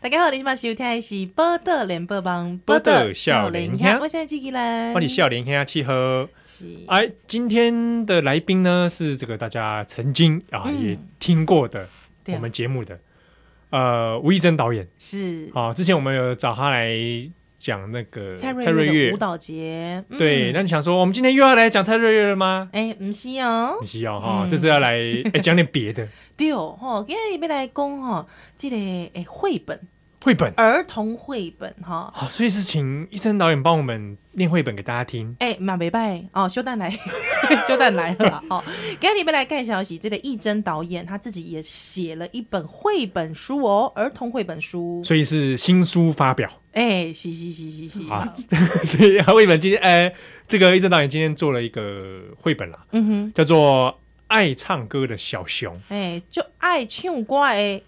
大家好，你今晚收听的是《报道联播帮》，报道少年兄我现在记起来，欢迎笑脸天下契合。是哎，今天的来宾呢是这个大家曾经啊、嗯啊也听过的对我们节目的呃吴亦珍导演是啊，之前我们有找他来讲那个蔡瑞的舞蹈节，嗯对，，那你想说哦我们今天又要来讲蔡瑞月了吗？哎，不是哦不，是哦哈，嗯这次要来哎讲点 别的对哦，吼，今天要来讲吼，这个诶绘本，绘本儿童绘本哈。啊，所以是请医生导演帮我们念绘本给大家听。哎，嘛袂歹哦，小蛋来， 小蛋来了啦哦。今日要来介绍的是这个义珍导演，他自己也写了一本绘本书哦，儿童绘本书。所以是新书发表哎，是是是是是， 啊， 所以绘本今天，呃，这个医生导演今天做了一个绘本啦，嗯哼。叫做《爱唱歌的小熊哎、就爱唱歌的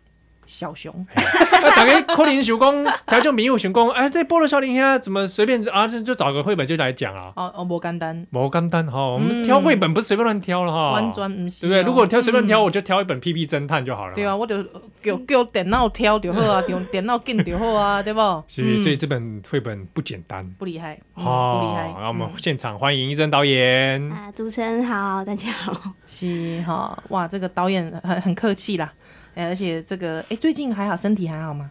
小熊，》。哎那打开柯林熊工，调教迷雾熊工，哎，这菠萝少林呀，怎么随便啊？就就找个绘本就来讲啊，哦哦，无简单，不简单哈，我嗯们挑绘本不是随便乱挑了哈，完全不是、哦对不对？如果挑随便挑，嗯我就挑一本《P P 侦探》就好了。对，啊，我就叫叫电脑挑就好 啊，用电脑进就好啊，对不？是，所以嗯这本绘本不简单。不厉害，嗯不厉哦害，，那我们嗯现场欢迎一真 导演。啊，主持人好，大家 好。是哈、哇，这个导演很很客气啦。哎而且这个，哎、最近还好，身体还好吗？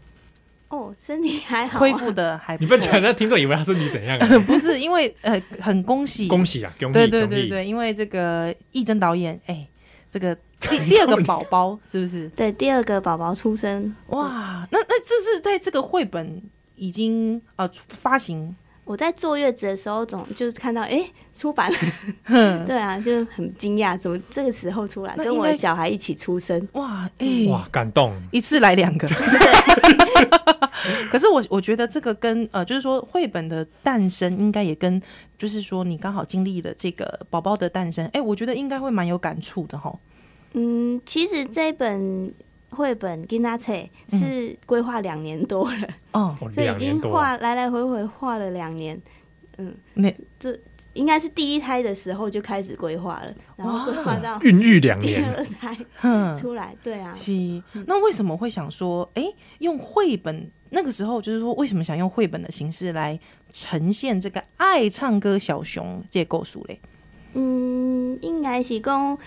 哦，身体还好啊，恢复的还你不 不错讲，。那听众以为他是你怎 样啊？不是因为呃，很恭喜，恭喜啊，恭喜！对对恭喜对，对，因为这个义珍导演，哎、这个第 第二个宝宝是不是？对，第二个宝宝出生，哇，那那这是在这个绘本已经呃发行，我在坐月子的时候总就是看到，哎、出版了，哼， 对啊，就很惊讶，怎么这个时候出来，那跟应我该的小孩一起出生，哇，哎、哇，感动！一次来两个。可是我我觉得这个跟呃，就是说绘本的诞生，应该也跟就是说你刚好经历了这个宝宝的诞生，哎、我觉得应该会蛮有感触的哈。嗯，其实这本绘本《g i n a c e 嗯是规划两年多了，哦，哦所以两已年经多，画来来回回画了两年。嗯，那这应该是第一胎的时候就开始规划了，然哇后规划到孕育两第年，二胎哼，出来。对啊，是。那为什么会想说，哎、用绘本？那个时候就是说，为什么想用绘本的形式来呈现这个爱唱歌小熊这个构数嘞？嗯，应该是讲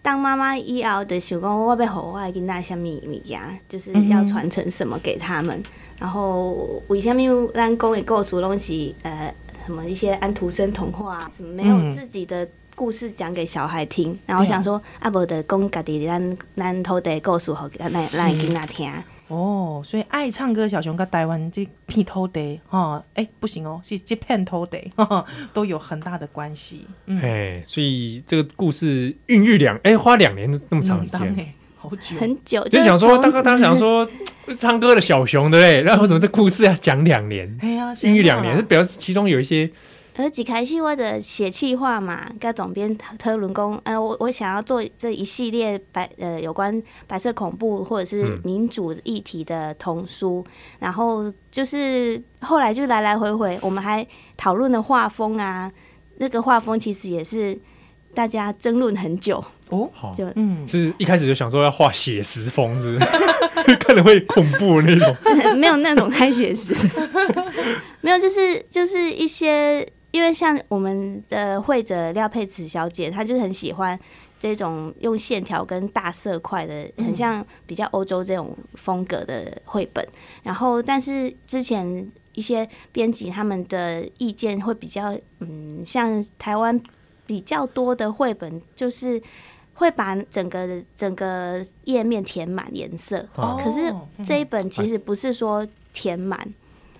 当妈妈以后，就是讲我要互我的囡仔什么物件，就是要传承什么给他们。然后为什么咱讲的故事拢是呃什么一些安徒生童话、啊，什么没嗯有自己的故事讲给小孩听？然后我想说，啊，无得讲家己咱咱土地的故事，互咱咱咱的囡仔听。哦，所以爱唱歌小熊跟台湾这片土地哈，哎、不行哦，是这片土地 哈哈都有很大的关系。嗯，哎，所以这个故事孕育两，哎，花两年那么长时嗯当间，然好久，很久就想说，从大哥他想说， 唱歌的小熊，对不对？ 然后怎么这故事要讲两年，哎呀，孕育两是啊年，这表示其中有一些而一开始我的写企划嘛，跟总编特伦公，呃，我我想要做这一系列白呃有关白色恐怖或者是嗯民主议题的童书，然后就是后来就来来回回，我们还讨论了画风啊，那个画风其实也是大家争论很久，哦，好，就嗯，是一开始就想说要画写 实风，是不是看了会恐怖的那 种。 没有那种太写实，没有，就是就是一些，因为像我们的会者廖佩慈小姐，她就是很喜欢这种用线条跟大色块的，嗯很像比较欧洲这种风格的绘本。然后，但是之前一些编辑他们的意见会比较，嗯，像台湾比较多的绘本就是。会把整个整个页面填满颜色，啊可是哦这一本其实不是说填满，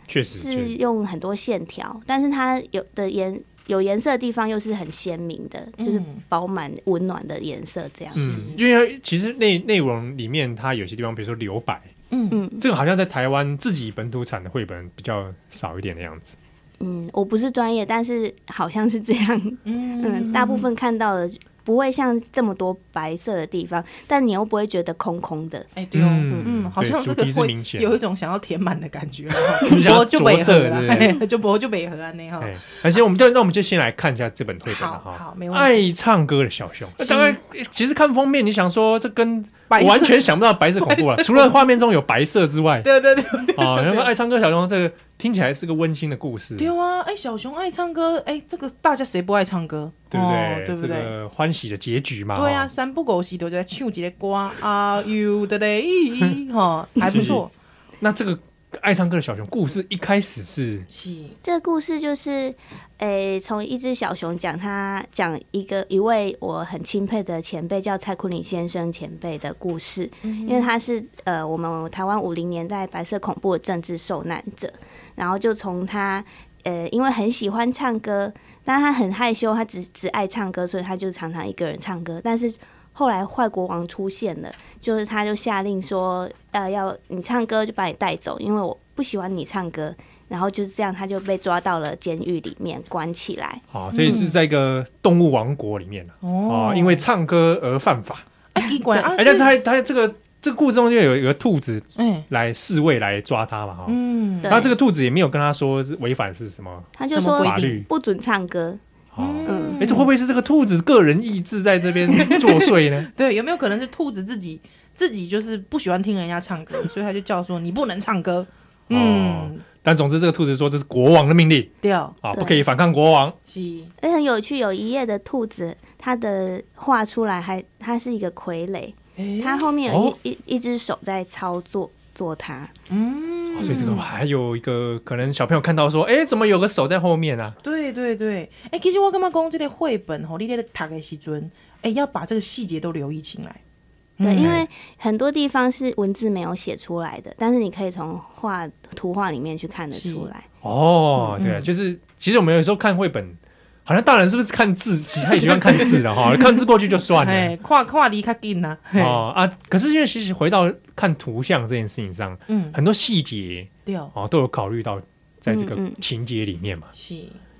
确实，确是实用很多线条，但是它有的颜有颜色的地方又是很鲜明的，就是嗯饱满温暖的颜色这样子。嗯，因为其实内内容里面它有些地方，比如说留白，嗯嗯这个好像在台湾自己本土产的绘本比较少一点的样子。嗯，我不是专业，但是好像是这样。嗯 嗯，大部分看到的不会像这么多白色的地方，但你又不会觉得空空的。哎、对哦，嗯嗯好像对这个主题是会明显的有一种想要填满的感觉，啊 你想要 我就北着河色了，对不 嘿就不就北河啊那哈。哎，而且我们就那我们就先来看一下这本绘本了好哈。好，没问题。爱唱歌的小熊，是当然，其实看封面，你想说这跟白我色，完全想不到白色恐怖啊，除了画面中有白色之外，对 对对啊，那么爱唱歌小熊这个听起来是个温馨的故事，对啊！哎，小熊爱唱歌，哎，这个大家谁不爱唱歌？对不哦对？对不这对？个欢喜的结局嘛，对啊，哦，三不狗喜都在唱几个歌 啊，You 的嘞，哈，还不错。那这个爱唱歌的小熊故事一开始是是，这个故事就是，诶，从一只小熊讲他讲一个一位我很钦佩的前辈叫蔡坤林先生前辈的故事，因为他是呃我们台湾五零年代白色恐怖的政治受难者，然后就从他呃因为很喜欢唱歌，但他很害羞，他只只爱唱歌，所以他就常常一个人唱歌，但是。后来坏国王出现了，就是他就下令说，呃，要你唱歌就把你带走，因为我不喜欢你唱歌，然后就是这样，他就被抓到了监狱里面关起来。啊，这是在一个动物王国里面嗯哦啊，因为唱歌而犯法，哎，一管啊，哎，但是他他这个这个故事中就有一个兔子哎来侍卫来抓他嘛，哈，哦嗯，对然后这个兔子也没有跟他说是违反是什么他就什么说规法律不准唱歌，哦，嗯哎、这会不会是这个兔子个人意志在这边 作祟呢？对，有没有可能是兔子自己自己就是不喜欢听人家唱歌，所以他就叫说你不能唱歌，哦嗯，哦但总之，这个兔子说这是国王的命令掉啊，对不可以反抗国王。哦是而哎且很有趣。有一页的兔子，它的画出来还它是一个傀儡，它后面有一、哦一一只手在操作做它。啊嗯所以这个还有一个可能，小朋友看到说，哎、怎么有个手在后面啊？对对对，哎、其实我感觉讲这类绘本吼，你咧读的时阵，哎、要把这个细节都留意进来。对，因为很多地方是文字没有写出来的，但是你可以从画图画里面去看得出来。哦，嗯对啊，就是其实我们有时候看绘本，好像大人是不是看字，其实太喜欢看字了 哈，看字过去就算了。哎，跨跨离较近呐。嘿哦啊，可是因为其实回到看图像这件事情上，嗯，很多细节对，哦都有考虑到在这个嗯嗯情节里面嘛。是。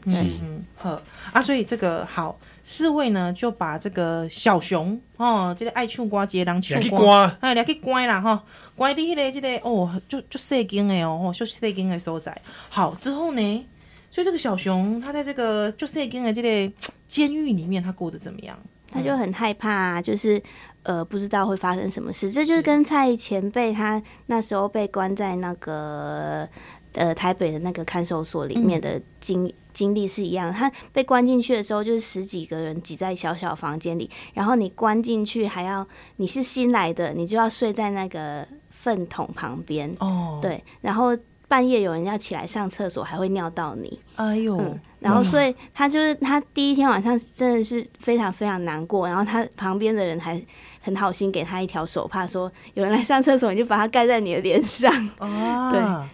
是嗯嗯，好啊，所以这个好四位呢，就把这个小熊哦，这个爱唱歌，这个人也唱去歌，刮哎，来去关啦吼，关你迄、个即、这个哦，就就细间的哦，吼，就细间的所在。好之后呢，所以这个小熊他在这个就细间的这个监狱里面，他过得怎么样？他就很害怕、啊，就是呃不知道会发生什么事。这就是跟蔡前辈他那时候被关在那个呃台北的那个看守所里面的经、经历是一样的。他被关进去的时候，就是十几个人挤在小小房间里，然后你关进去还要你是新来的，你就要睡在那个粪桶旁边，哦，，对，然后半夜有人要起来上厕所，还会尿到你。哎呦，嗯，然后所以他就是他第一天晚上真的是非常非常难过，然后他旁边的人还很好心给他一条手帕，说有人来上厕所，你就把它盖在你的脸上。啊，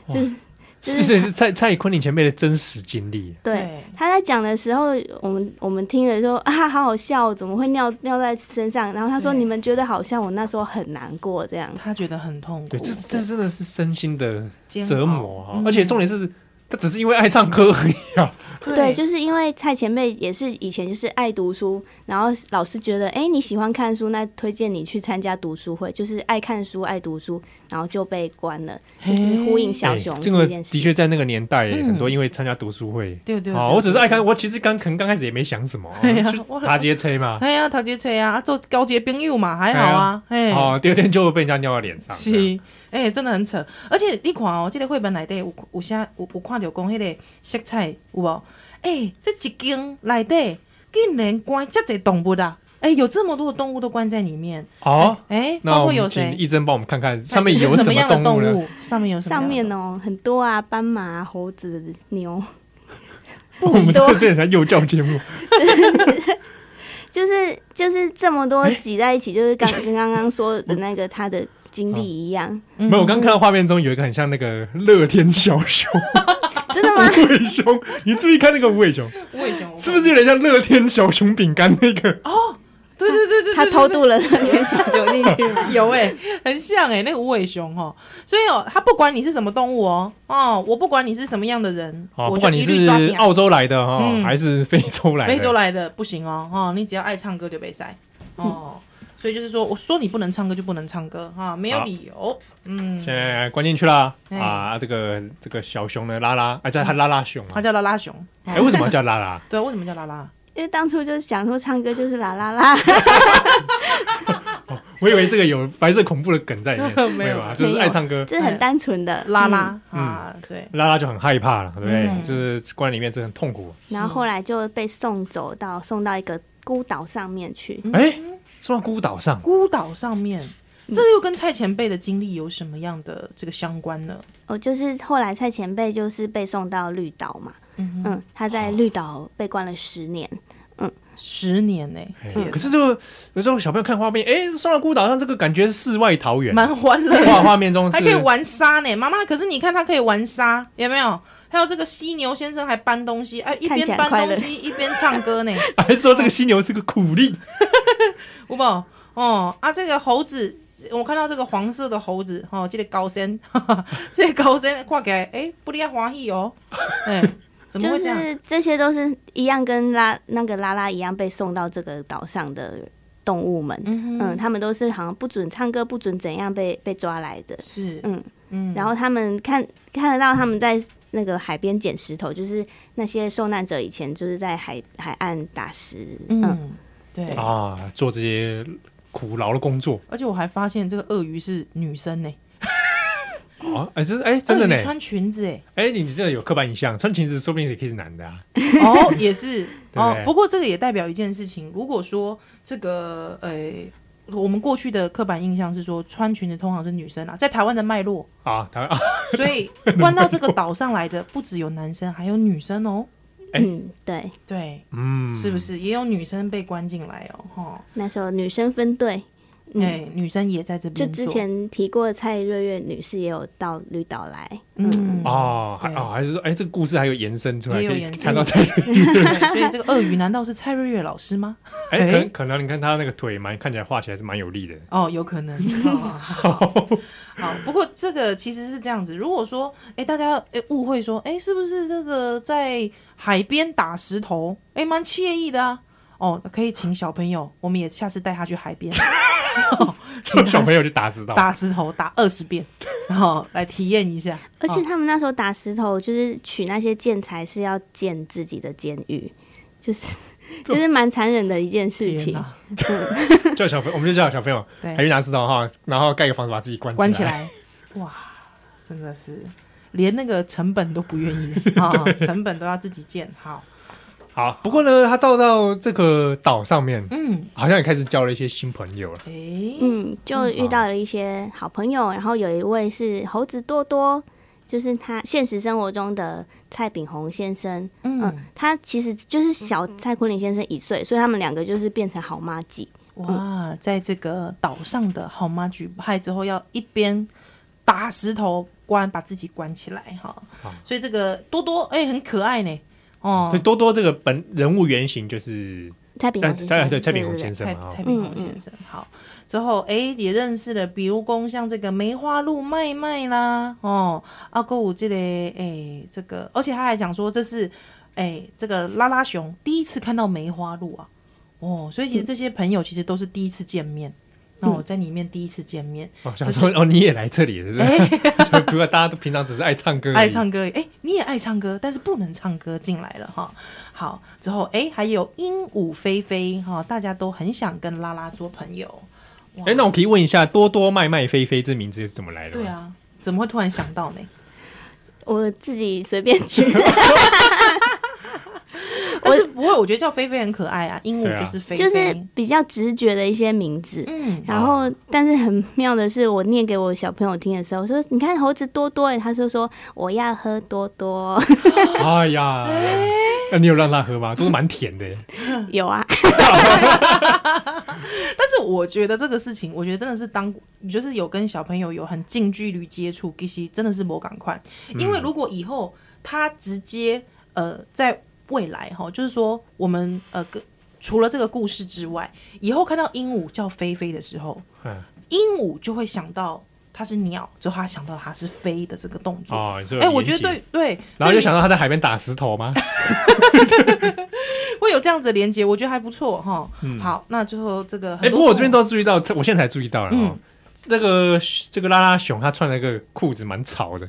就是是是是蔡蔡坤林前辈的真实经历。对， 他在讲的时候，我们我们听了就啊，好好笑哦，怎么会尿尿在身上？然后他说对你们觉得好像我那时候很难过这样。 他觉得很痛苦，对，这这真的是身心的煎熬折磨啊！哦嗯而且重点是，他只是因为爱唱歌而已 啊。对，就是因为蔡前辈也是以前就是爱读书，然后老师觉得哎、你喜欢看书，那推荐你去参加读书会，就是爱看书爱读书，然后就被关了，就是呼应小熊哎这这个件的事。确在那个年代耶，嗯很多因为参加读书会。对对，啊，对我只是爱看，。我其实刚可能刚开始也没想 什么，对就啊是我爬街 车嘛。哎呀，头节车啊，啊做高阶朋友嘛，还好啊，哎，哦，第二天就被人家尿到脸上。这样是，哎、真的很扯。而且你看哦，这个绘本内底有有些有有看到讲迄个色彩有无？哎、这一间内底竟然关这么多动物啊！哎、有这么多的动物都关在里面。哦，哎、那包我括有们请谁？哎义珍帮我们看看上面有什什么样么的动物呢？物？上面有什么样上的？面哦，很多啊，斑马啊、猴子、牛，我们这个变成幼教 节目，就是就是这么多挤在一起，就是刚跟刚刚说的那个他的经嗯历一样，没有，我刚看到画面中有一个很像那个乐天小熊真的 吗？无尾熊，你注意看那个无尾熊，无尾熊是不是有点像乐天小熊饼干那个？哦对对对对，他对偷渡了 那个小熊进去吗？ 有哎、很像哎、那个无尾熊哦。所以哦，它不管你是什么动物哦，哦，我不管你是什么样的人，哦，我不就管你一是律抓进啊来。澳洲来的哈、嗯还是非洲来的，非洲来的不行哦，哦，你只要爱唱歌就被塞哦。所以就是说，我说你不能唱歌就不能唱歌哈、没有好理由。嗯，现在关进去啦哎啊！这个这个小熊呢，拉拉，啊，叫它拉拉熊他啊。叫拉拉熊，哎、为什么要叫拉 拉？对啊，为什么叫拉拉？因为当初就是想说唱歌就是啦啦啦，我以为这个有白色恐怖的梗在 里面，没有吧？就是爱唱歌，这哎很单纯的拉。嗯拉嗯啊，对，拉拉就很害怕了，对不对？嗯就是关在里面真的很痛苦。啊然哦后后来就被送走到送到一个孤岛上面去。哎、说到孤岛上，孤岛上面，这又跟蔡前辈的经历有什么样的这个相关呢？哦，就是后来蔡前辈就是被送到绿岛嘛，嗯哼，嗯，他在绿岛被关了十年。十年呢，哎天可是这个有时候小朋友看画面，哎、送到孤岛上，这个感觉是世外桃源，蛮欢乐画的，画面中是还可以玩沙呢。妈妈，可是你看他可以玩沙，有没有？还有这个犀牛先生还搬东西，哎，一看起边来搬快乐东西 一边唱歌呢， 还说这个犀牛是个苦力，有不？哦啊，这个猴子，我看到这个黄色的猴子，哦，这个高山，哈哈 这个高山看起来，哎，不离欢喜哦，哎，怎么就会这样？是这些都是一样跟拉那个拉拉一样被送到这个岛上的动物们，嗯他们都是好像不准唱歌、不准怎样被被抓来的，是，嗯嗯，然后他们看看得到他们在那个海边捡石头，就是那些受难者以前就是在海海岸打石，嗯，嗯，对。啊，做这些苦劳的工作而且我还发现这个鳄鱼是女生呢、啊，哎、这是哎、真的鳄呢鱼，穿裙子嗯哎、哎、你你这有刻板印象，穿裙子说不定也可以是男的啊， 哦，也是对哦。不过这个也代表一件事情，如果说这个呃、我们过去的刻板印象是说穿裙子通常是女生啊，在台湾的脉 络，啊，台湾啊，所以关到这个岛上来的不只有男生，还有女生哦。哎嗯，对，对，嗯，是不是？是也有女生被关进来哦？哈、那时候女生分队，哎、嗯女生也在这就边做。之前提过的蔡瑞月女士也有到绿岛来，嗯嗯，哦，还对哦，还是说，哎、这个故事还有延伸出来，也有可以延伸看到这 个，对，所以这个鳄鱼难道是蔡瑞月老师吗？哎、哎可能可能你看他那个腿蛮看起来画起来是蛮有力 的，哦，有 可能。哦好，好不过这个其实是这样子。如果说，哎、大家哎误、会说，哎、是不是这个在海边打石头？哎、蛮惬意的啊。哦，可以请小朋友，我们也下次带他去海边这小朋友就打死到，打石头，打二十遍，然后来体验一下。哦而嗯且他们那时候打石头，就是取那些建材是要建自己的监狱， 就是 其实蛮残忍的一件事天情。哪叫小朋友，我们就叫小朋友对还去拿石头哈，然后盖个房子把自己关关起起来。来，哇，真的是连那个成本都不愿意啊、成本都要自己建。好，好，不过呢，他到到这个岛上面，嗯，好像也开始交了一些新朋友了。哎、嗯，就遇到了一些好朋友，然后有一位是猴子多多，就是他现实生活中的蔡炳宏先生。嗯，他其实就是小蔡坤林先生一岁，所以他们两个就是变成好妈鸡。哇，在这个岛上的好妈举派之后，要一边打石头关，把自己关起来哈。好嗯所以这个多多哎、很可爱呢。哦所以，多多这个本人物原型就是，哎蔡炳但宏先生，对哎对，蔡炳宏对对先生蔡嘛，蔡哦明宏先生好之后哎、也认识了，比如公像这个梅花鹿麦麦啦哦，啊购有这个哎、这个，而且他还讲说这是哎、这个拉拉熊第一次看到梅花鹿啊哦，所以其实这些朋友其实都是第一次见面。哦，在里面第一次见面，哦，想说哦，你也来这里了，是不 是？就不过大家都平常只是爱唱歌而已，爱唱歌，哎、你也爱唱歌，但是不能唱歌进来了哈。好，之后哎、还有鹦鹉菲菲哈，大家都很想跟拉拉做朋友。哇哎，那我可以问一下，多多麦麦菲菲这名字是怎么来的？对，啊，怎么会突然想到呢？我自己随便取。但是不会， 我觉得叫菲菲很可爱啊，鹦对啊鹉就是菲菲，就是比较直觉的一些名字。嗯然后，但是很妙的是，我念给我小朋友听的时候，我说：“你看猴子多多耶。”他就说：“我要喝多 多。哎呀， 那你有让他喝吗？都是蛮甜的耶，”有啊，但是我觉得这个事情，我觉得真的是当就是有跟小朋友有很近距离接触，其实真的是我赶快，嗯因为如果以后他直接呃在未来哈，就是说我们呃跟除了这个故事之外，以后看到鹦鹉叫菲菲的时候，嗯，鹦鹉就会想到它是鸟，之后他想到它是飞的这个动作。哦，你说哎、有我连觉得结，对对，然后对就想到他在海边打石头吗？会有这样子的连接，我觉得还不错哈。好，那最后这个嗯哎、很多不过我朋这边友都注意到，这我现在才注意到了、哦。这个这个拉拉熊，他穿了一个裤子蛮潮的，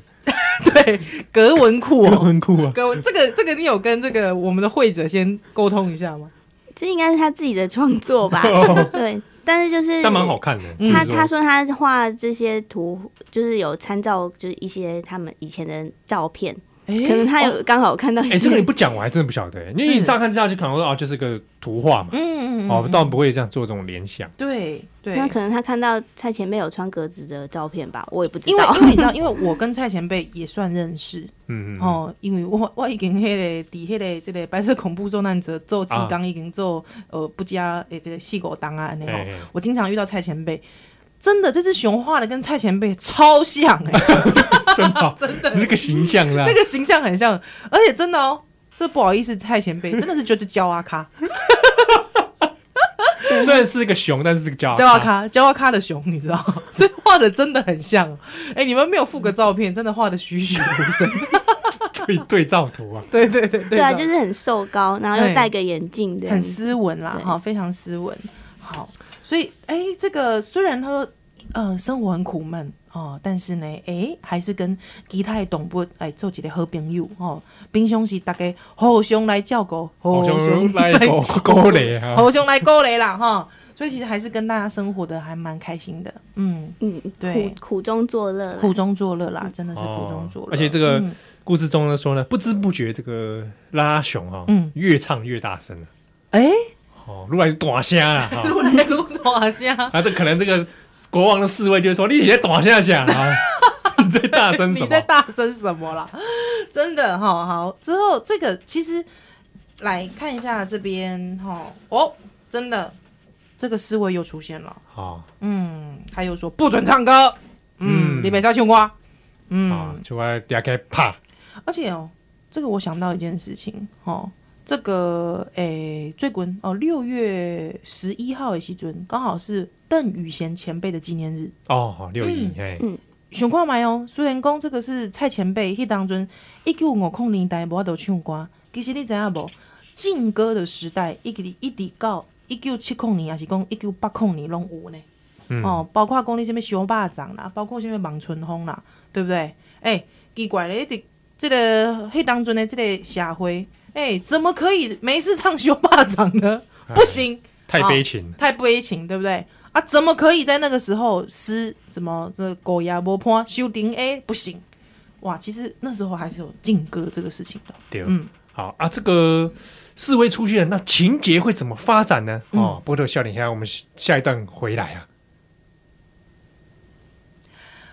对格文库哦，很酷啊！各位，这个这个你有跟这个我们的会者先沟通一下吗？这应该是他自己的创作吧？哦对，但是就是但蛮好看的。嗯他就是他说他画这些图，就是有参照，就是一些他们以前的照片，哎可能他有刚好看到一哦哎，这个你些。不讲我还真的不晓得，因是为你乍看之下就可能说哦，就是个图画嘛，嗯嗯嗯，哦，倒不会这样做这种联想。对对，那可能他看到蔡前辈有穿格子的照片吧，我也不知因为道。因为你知道，因为我跟蔡前辈也算认识嗯嗯，哦，因为我我已经迄、那个伫迄、那个这个白色恐怖受难者做志刚已经做呃不加诶这个细狗档啊那哎，种，哎我经常遇到蔡前辈。真的，这只熊画的跟蔡前辈超像哎、真的哦 真的这个形象啦那，个形象很像，而且真的哦，这不好意思，蔡前辈真的是就是焦阿咖， 虽然是个熊，但是是个叫焦阿咖，焦阿咖的熊，你知道， 所以画的真的很像。哎、你们没有附个照片，真的画的栩栩如生。对对照图啊，对对对对对啊，就是很瘦高，然后对又戴个眼镜的，很斯文啦，对哈，非常斯文。好，所以哎、这个虽然他说，呃，生活很苦闷哦，但是呢，哎、还是跟其他的动物哎、做一个好朋友哦。平常是大家互相来照顾，好像来照狗顾狗嘞啊， 互相来勾雷啦哈。所以其实还是跟大家生活的还蛮开心的，嗯，嗯，对苦苦中作乐啦。苦中作乐啦，真的是苦中作乐。哦而且这个嗯故事中呢说呢，不知不觉这个拉拉熊哈、嗯越唱越大声了，啊哎，哦，撸来短虾 了啊哈。撸来撸大声，啊，这可能这个国王的侍卫就会说：“你也短下下 啊，你在大声你什么在大声什么啦？ 真的哈、好，之后这个其实来看一下这边哈、哦，真的这个思维又出现了，？”啊嗯，他又说不准唱歌，嗯，嗯你别再唱歌，啊嗯，，就会打开啪，而且哦，这个我想到一件事情哦。这个诶，最近哦，六月十一号的时阵，刚好是邓宇贤前辈的纪念日。哦，好六嗯一哎，想看卖哦，虽然讲这个是蔡前辈迄当阵一九五零年代无法度唱歌，其实你知影无？劲歌的时代，一直一直到一九七零年，还是讲一九八零年拢有呢。嗯哦，包括讲你什物小巴掌啦，包括什物望春风啦，对不对？哎、奇怪咧，一直这个迄当阵的这个社会，哎、怎么可以没事唱小巴掌呢？哎不行，太悲情了，太悲情，对不对？啊，怎么可以在那个时候撕什么这狗牙磨破修顶 A 不行？哇，其实那时候还是有禁歌这个事情的。对，嗯好啊，这个示威出现了，那情节会怎么发展呢？嗯哦，波特笑脸下，我们下一段回来啊。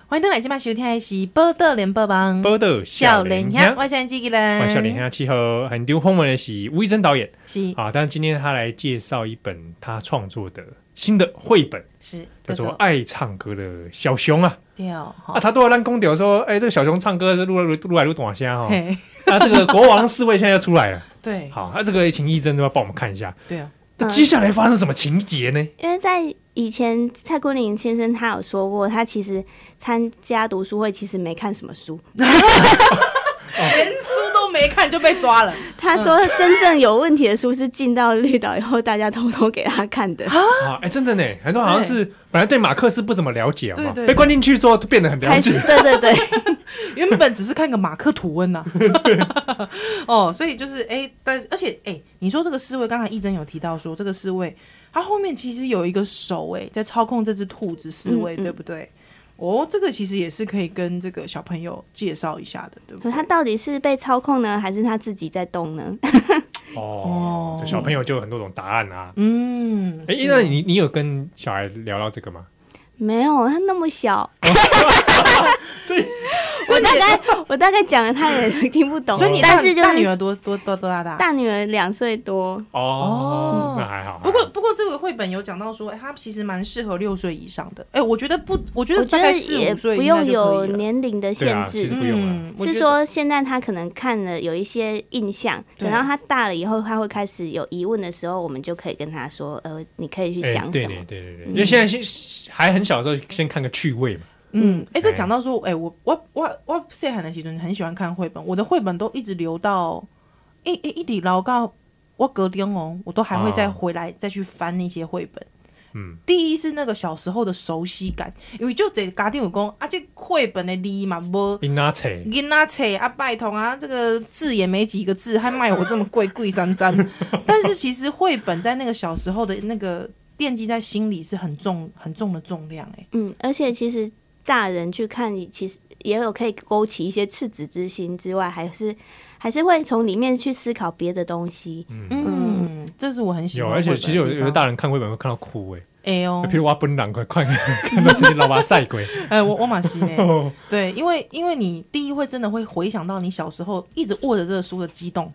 欢迎登来今晚收听的是《报道联播网》，波特嗯少年脸兄，下，我是机器人，欢笑脸下气候很丢空门的是吴宇森导演是啊，但今天他来介绍一本他创作的新的绘本，是叫做《做爱唱歌的小熊》啊。掉啊，他都要让公屌说，哎、这个小熊唱歌是录来录来录短虾哈。嘿，那这个国王侍卫现在要出来了，对好，啊那这个情义真的要帮我们看一下，对啊，那嗯接下来发生什么情节呢？因为在以前蔡坤林先生他有说过，他其实参加读书会其实没看什 么书，连书都没看就被抓了，他说真正有问题的书是进到绿岛以后大家偷偷给他 看的。啊，哎、真的呢，很多好像是本来对马克思不怎么了解，好不好对对被关进去之后都变得很了开始解，，对对对， 原本只是看个马克吐温 呐、哦，所以就是哎、但而且哎、你说这个侍卫，刚才义珍有提到说，这个侍卫他后面其实有一个手哎、在操控这只兔子侍卫，嗯嗯对不对？哦，这个其实也是可以跟这个小朋友介绍一下的，对不可对？他到底是被操控呢，还是他自己在动呢？哦，这小朋友就有很多种答案啊。嗯，哎、是那你你有跟小孩聊到这个吗？没有，他那么 小，所以我大概我大概讲了，他也听不懂。所以你大嗯但是就大女是儿多多多多大大？大女儿两岁多，哦哦那还好。不过还好不过这个绘本有讲到说，哎、它其实蛮适合六岁以上的。哎、我觉得不，我觉我得觉大得概四也五不岁应用该就有可以了。嗯年龄的对啊限其实制。不用了我觉得是说，现在他可能看了有一些印象，对等到他大了以后，他会开始有疑问的时候，我们就可以跟他说，呃，你可以去哎想对什呢么。对对对，因为现在先还很小的时候，先看个趣味嘛。嗯，哎、这哎讲到说，哎、我我我我细汉的时阵很喜欢看绘本，我的绘本都一直留到一一一直留到我隔天哦，我都还会再哦回来、再去翻那些绘本。嗯，第一是那个小时候的熟悉感，因为就这家庭有讲啊，这绘本的字嘛，无因那册，囡仔册啊，拜托啊，这个字也没几个字，还卖我这么贵，贵三三。 但是其实绘本在那个小时候的那个奠基在心里是很重很重的重量、欸，嗯，而且其实大人去看，其实也有可以勾起一些赤子之心之外，还是还是会从里面去思考别的东西。嗯，这是我很喜有，欢而绘本的地方。且其实有有的大人看绘本会看到哭哎，哎呦，譬如挖奔狼快快看到这些老娃赛鬼，哎，我我马西 哦呢？对，因为因为你第一会真的会回想到你小时候一直握着这个书的激动。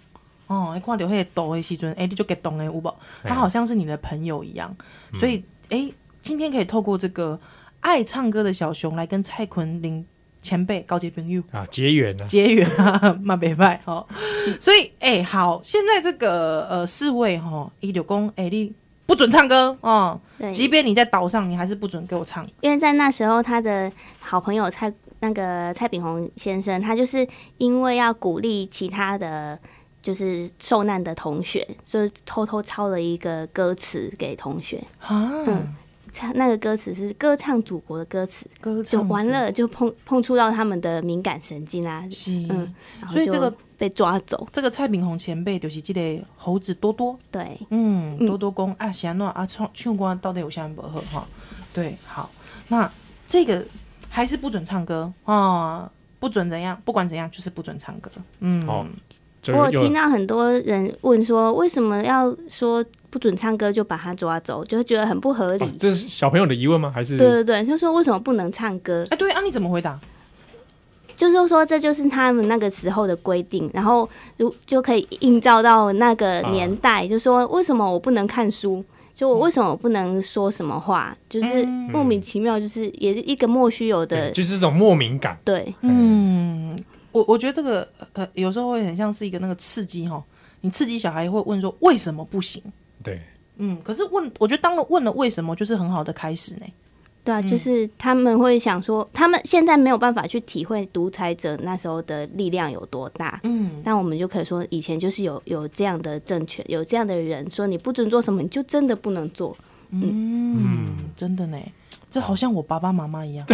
哦，看到迄个抖的时阵，哎、你就 get 懂哎，有无？他好像是你的朋友一样，嗯所以哎、今天可以透过这个爱唱歌的小熊来跟蔡坤林前辈高级朋友啊结缘啊，结缘啊，嘛袂歹吼。所以哎、好，现在这个呃侍卫吼，伊就讲哎、你不准唱歌哦，对，即便你在岛上，你还是不准给我唱。因为在那时候，他的好朋友蔡那个蔡炳宏先生，他就是因为要鼓励其他的就是受难的同学，所以偷偷抄了一个歌词给同学。啊，嗯唱那个歌词是歌唱祖国的歌词，歌唱就完组了，就碰碰触到他们的敏感神经啊，是，嗯然后所以就这个被抓走。这个蔡炳宏前辈就是这个猴子多多，对，嗯，嗯多多公啊，是安诺啊，唱唱歌到底有啥不好哈？对，好，那这个还是不准唱歌哦，不准怎样，不管怎样就是不准唱歌，嗯，好就我有有听有到很多人问说，为什么要说不准唱歌就把他抓走，就会觉得很不合理。哦这是小朋友的疑问吗？还是对对对，就说为什么不能唱歌？哎，对啊，你怎么回答？就是说这就是他们那个时候的规定，然后如就可以映照到那个年代，就说为什么我不能看书？就我为什么我不能说什么话？就是莫名其妙，就是也是一个莫须有对的，就是这种莫名感？对嗯，我我觉得这个呃，有时候会很像是一个那个刺激哈，你刺激小孩会问说为什么不行？对， 嗯，可是问，我觉得当了问了为什么，就是很好的开始呢。对啊，就是他们会想说，他们现在没有办法去体会独裁者那时候的力量有多大，嗯，但我们就可以说，以前就是有有这样的政权，有这样的人，说你不准做什么，你就真的不能做。嗯，真的呢，这好像我爸爸妈妈一样。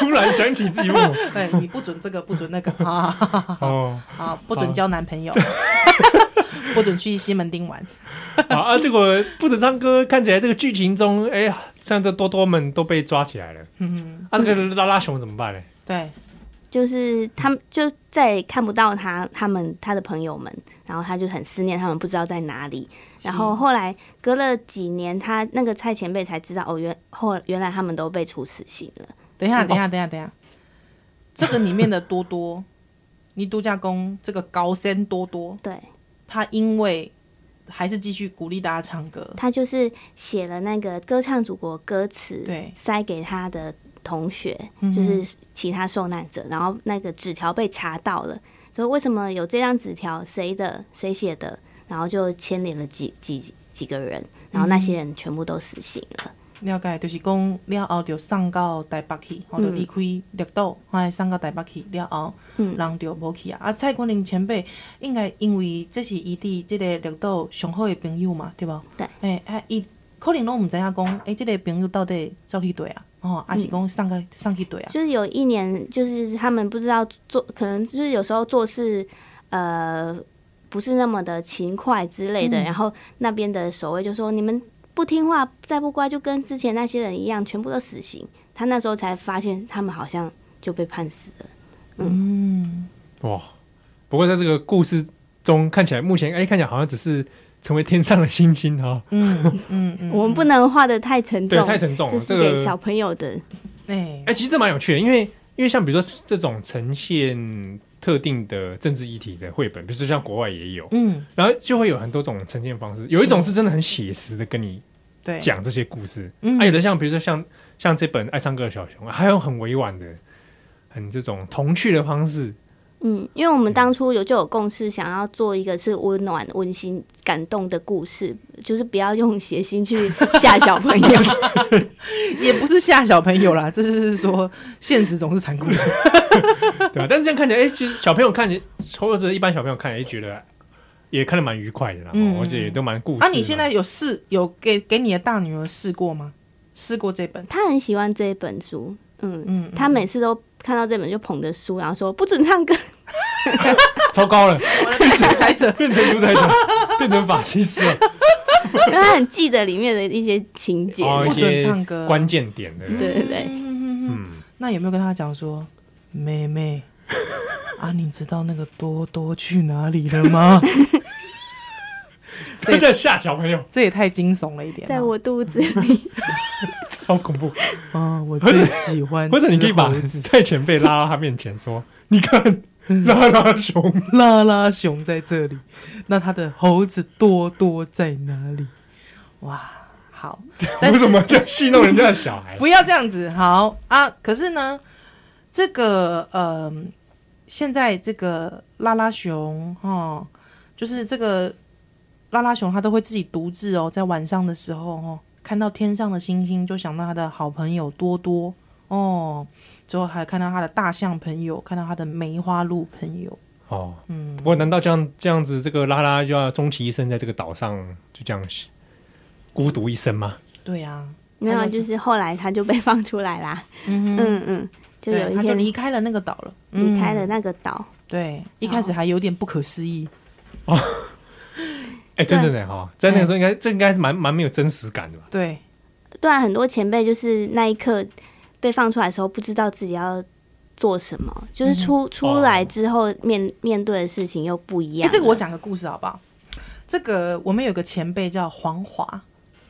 突然想起自己 问对，你不准这个，不准那 个啊我哦啊！不准交男朋友， 不准去西门町玩。好啊，结果不止唱歌，看起来这个剧情中，哎呀，像这多多们都被抓起来了，嗯，啊，这个拉拉熊怎么办呢？对，就是他们就再也看不到他他们他的朋友们，然后他就很思念他们，不知道在哪里。然后后来隔了几年，他那个蔡前辈才知道，哦，原后原来他们都被处死刑了。等一下，等一下，等一下，等一下，这个里面的多 多，你度假宫这个高僧多多，对他因为还是继续鼓励大家唱歌，他就是写了那个歌唱祖国歌词，对塞给他的同学，嗯哼就是其他受难者。然后那个纸条被查到了，所以为什么有这张纸条？谁的？谁写的？然后就牵连了几几几个人，然后那些人全部都死刑了。了解，就是讲了后就送到台北去，吼、就离开绿岛，哎，送到台北去了后，嗯人就无去啊。啊，蔡坤林前辈应该因为这是伊伫即个绿岛上好的朋友嘛，对无？对哎、啊，伊可能拢毋知影讲，哎、即、个朋友到底走去对啊？哦，还是讲送个送去对啊？就是有一年，就是他们不知道做，可能就是有时候做事，呃，不是那么的勤快之类的。嗯然后那边的守卫就说：“你们不听话，再不乖，就跟之前那些人一样，全部都死刑。”他那时候才发现，他们好像就被判死了。哇！不过在这个故事中，看起来目前哎，看起来好像只是成为天上的星星哈、哦，嗯嗯嗯，我们不能画的太沉对，重，太沉重了。这这是给小个朋友的。哎、哎，其实这蛮有趣的，因为因为像比如说这种呈现特定的政治议题的绘本，比如说像国外也有，嗯，然后就会有很多种呈现方式，有一种是真的很写实的跟你对，讲这些故事，嗯啊，有的像比如说像像这本《爱唱歌的小熊》，还有很委婉的、很这种童趣的方式，嗯，因为我们当初有就有共识，想要做一个是温暖、温馨、感动的故事，就是不要用血腥去吓小朋友。也不是吓小朋友啦，这就是说现实总是残酷的。 对吧、但是这样看起来，哎、其实小朋友看起来，或者一般小朋友看起来觉得也看得蛮愉快的啦，嗯哦而且也都蛮故事的。啊，你现在有试有给给你的大女儿试过吗？试过这本？他很喜欢这一本书，嗯，嗯，他每次都看到这本就捧着书，然后说不准唱歌， 超高了，，我的大独裁者变成独裁 者，变成法西斯了，因为他很记得里面的一些情节。哦，不一准些唱歌关键点的，对对对，嗯，嗯，那有没有跟他讲说，妹妹啊，你知道那个多多去哪里了吗？ 这在吓小朋友，这也太惊悚了一点啊。在我肚子嗯里，超恐怖。啊，我最喜欢或者你可以把吃猴子蔡前辈拉到他面前说：“你看，拉拉熊， 拉拉熊在这里，那他的猴子多多在哪里？哇，好，但为什是么叫戏弄人家的小孩不要这样子，好啊。可是呢，这个呃，现在这个拉拉熊哦，就是这个拉拉熊，它都会自己独自哦，在晚上的时候哦，看到天上的星星，就想到他的好朋友多多哦，之后还看到他的大象朋友，看到他的梅花鹿朋友。？”哦，嗯不过难道这样这样子，这个拉拉就要终其一生在这个岛上就这样孤独一生吗？对啊呀、 没有，就是后来他就被放出来啦。嗯哼，嗯嗯，就对有他就一天离开了那个岛了，离开了嗯。那个岛，对，一开始还有点不可思议，哎，真的呢哈，在那个时候应该这应该是蛮蛮没有真实感的吧？对，对啊，很多前辈就是那一刻被放出来的时候，不知道自己要做什么，嗯就是出、出来之后面面对的事情又不哎、一样了。这个我讲个故事好不好？这个我们有个前辈叫黄华，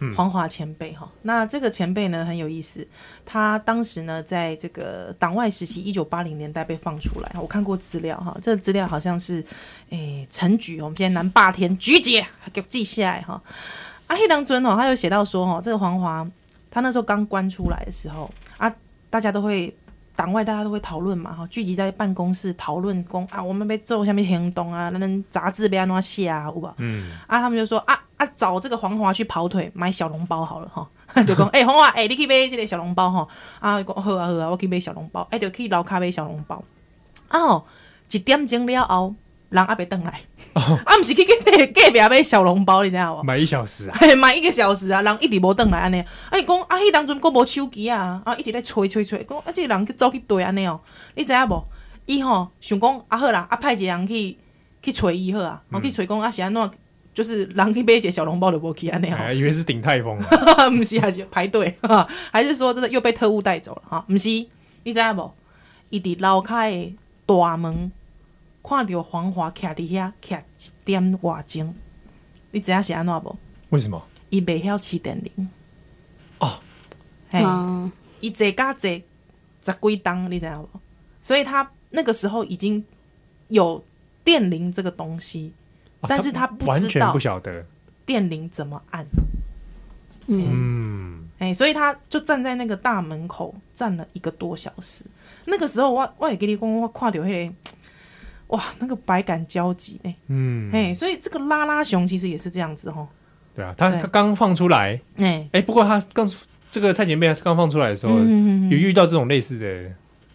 嗯黄华前辈哈。那这个前辈呢很有意思，他当时呢在这个党外时期，一九八零年代被放出来。我看过资料哈，这个资料好像是诶陈菊，我们现在南霸天菊姐给我记下来哈。啊，黑当尊哦，他有写到说哦，这个黄华他那时候刚关出来的时候啊，大家都会党外大家都会讨论嘛，哈，聚集在办公室讨论公啊，我们被做下面行动啊，那咱杂志被安怎写啊，有无？嗯，啊，他们就说啊啊，找这个黄华去跑腿买小笼包好了哈。 就讲，哎、欸，黄华，哎、欸，你去买这个小笼包吼，啊，讲好啊好啊，我去买小笼包，哎、欸，就去楼骹买小笼包。啊吼，一点钟了后，人还袂倒来，啊，毋是去去买隔壁买小笼包，你知影无？买一小时啊， 嘿，买一个小时啊，人一直无倒来安尼。啊，伊讲啊，迄当阵阁无手机啊，啊，一直咧催催催，讲啊，即、个人去走去对安尼哦，你知影无？伊吼想讲啊好啦，啊派一个人去去催伊好啊，我去催讲啊是安怎，就是人去买一个小笼包就无去安尼哦。哎以为是顶 泰丰啊，不是，还是排队， 哈还是说真的又被特务带走了哈？不是，你知影无？伊伫楼骹的大门，看到黄华徛伫遐，徛一点外钟，你知影是安怎无？为什么？伊袂晓骑电铃。哦，嘿，嗯，伊坐甲坐十几档，你知道无？所以他那个时候已经有电铃这个东西，啊但是他不知道完全不晓得，电铃怎么按？嗯，哎、所以他就站在那个大门口站了一个多小时。那个时候我我也给你讲，我看到那个哇，那个百感交集呢。嗯，哎、所以这个拉拉熊其实也是这样子吼。对啊，他对他刚放出来，哎、哎，不过他刚这个蔡前辈刚放出来的时候，嗯有遇到这种类似的，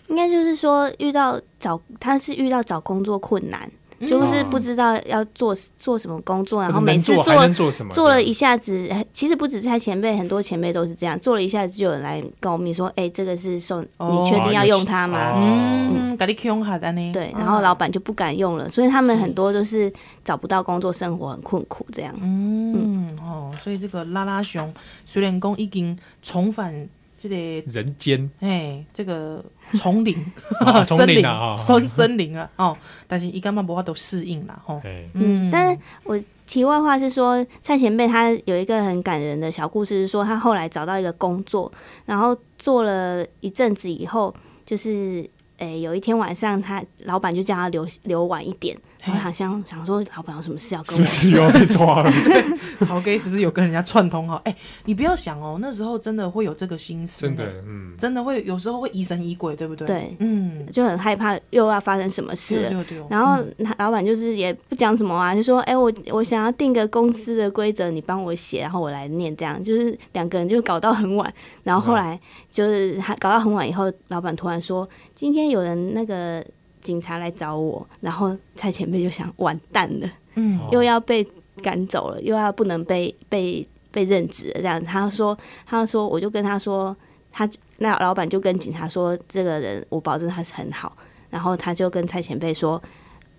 应该就是说遇到找他是遇到找工作困难，就是不知道要做做什么工作，然后每次嗯或者能做还做能做什么，做了一下子，其实不止在前辈，很多前辈都是这样，做了一下子就有人来告密说，哎、这个是送，哦你确定要用它吗？哦嗯，给你恐吓嗯的呢。对，然后老板就不敢用了，所以他们很多都是找不到工作，生活很困苦这样。嗯哦，所以这个拉拉熊虽然讲已经重返这个。人间哎，这个丛林啊、 丛森林 啊，哦森森林了哦，但是伊干嘛无法都适应啦哦吼。哎，嗯，但是我题外话是说，蔡前辈他有一个很感人的小故事，是说他后来找到一个工作，然后做了一阵子以后，就是诶、有一天晚上他老板就叫他留留晚一点，然后好像想说老板有什么事要跟是我不是又被抓了？ 陶 gay 是不是有跟人家串通好？哎、你不要想哦，那时候真的会有这个心思，真的，，嗯，真的会有时候会疑神疑鬼，对不对？，对，嗯，就很害怕又要发生什么事对了。对对。然后他老板就是也不讲什么啊，就说：“哎、我我想要定个公司的规则，你帮我写，然后我来念。”这样就是两个人就搞到很晚，然后后来就是他搞到很晚以后，老板突然说：“今天有人那个警察来找我。”然后蔡前辈就想：“完蛋了，嗯哦又要被赶走了，又要不能被被被任职了这样。他说，他说，我就跟他说，他那老板就跟警察说，这个人我保证他是很好。然后他就跟蔡前辈说，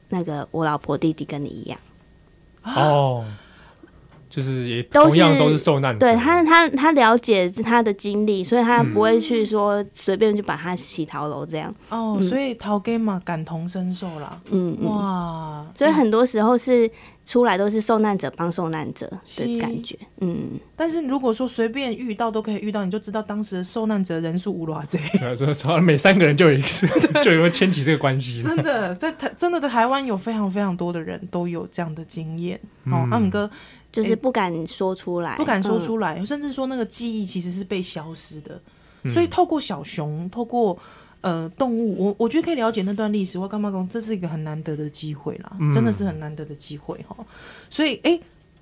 那个我老婆弟弟跟你一样， 哦，就是也都同样是都是受难者，对他他他了解他的经历，所以他嗯不会去说随便就把他洗逃楼这样。哦，嗯所以陶 g a m 感同身受啦，嗯嗯。哇，所以嗯很多时候是出来都是受难者帮受难者是的感觉，嗯，但是如果说随便遇到都可以遇到，你就知道当时的受难者人数无偌贼。对，啊所以说每三个人就有一 次，就有一个牵起这个关系，真的，在台真的的台湾有非常非常多的人都有这样的经验。哦嗯，阿敏哥就是不敢说出来，不敢说嗯出来，甚至说那个记忆其实是被消失的。所以透过小熊，透过呃动物，我我觉得可以了解那段历史。我干嘛讲，这是一个很难得的机会啦，嗯真的是很难得的机会哈。所以哎、诶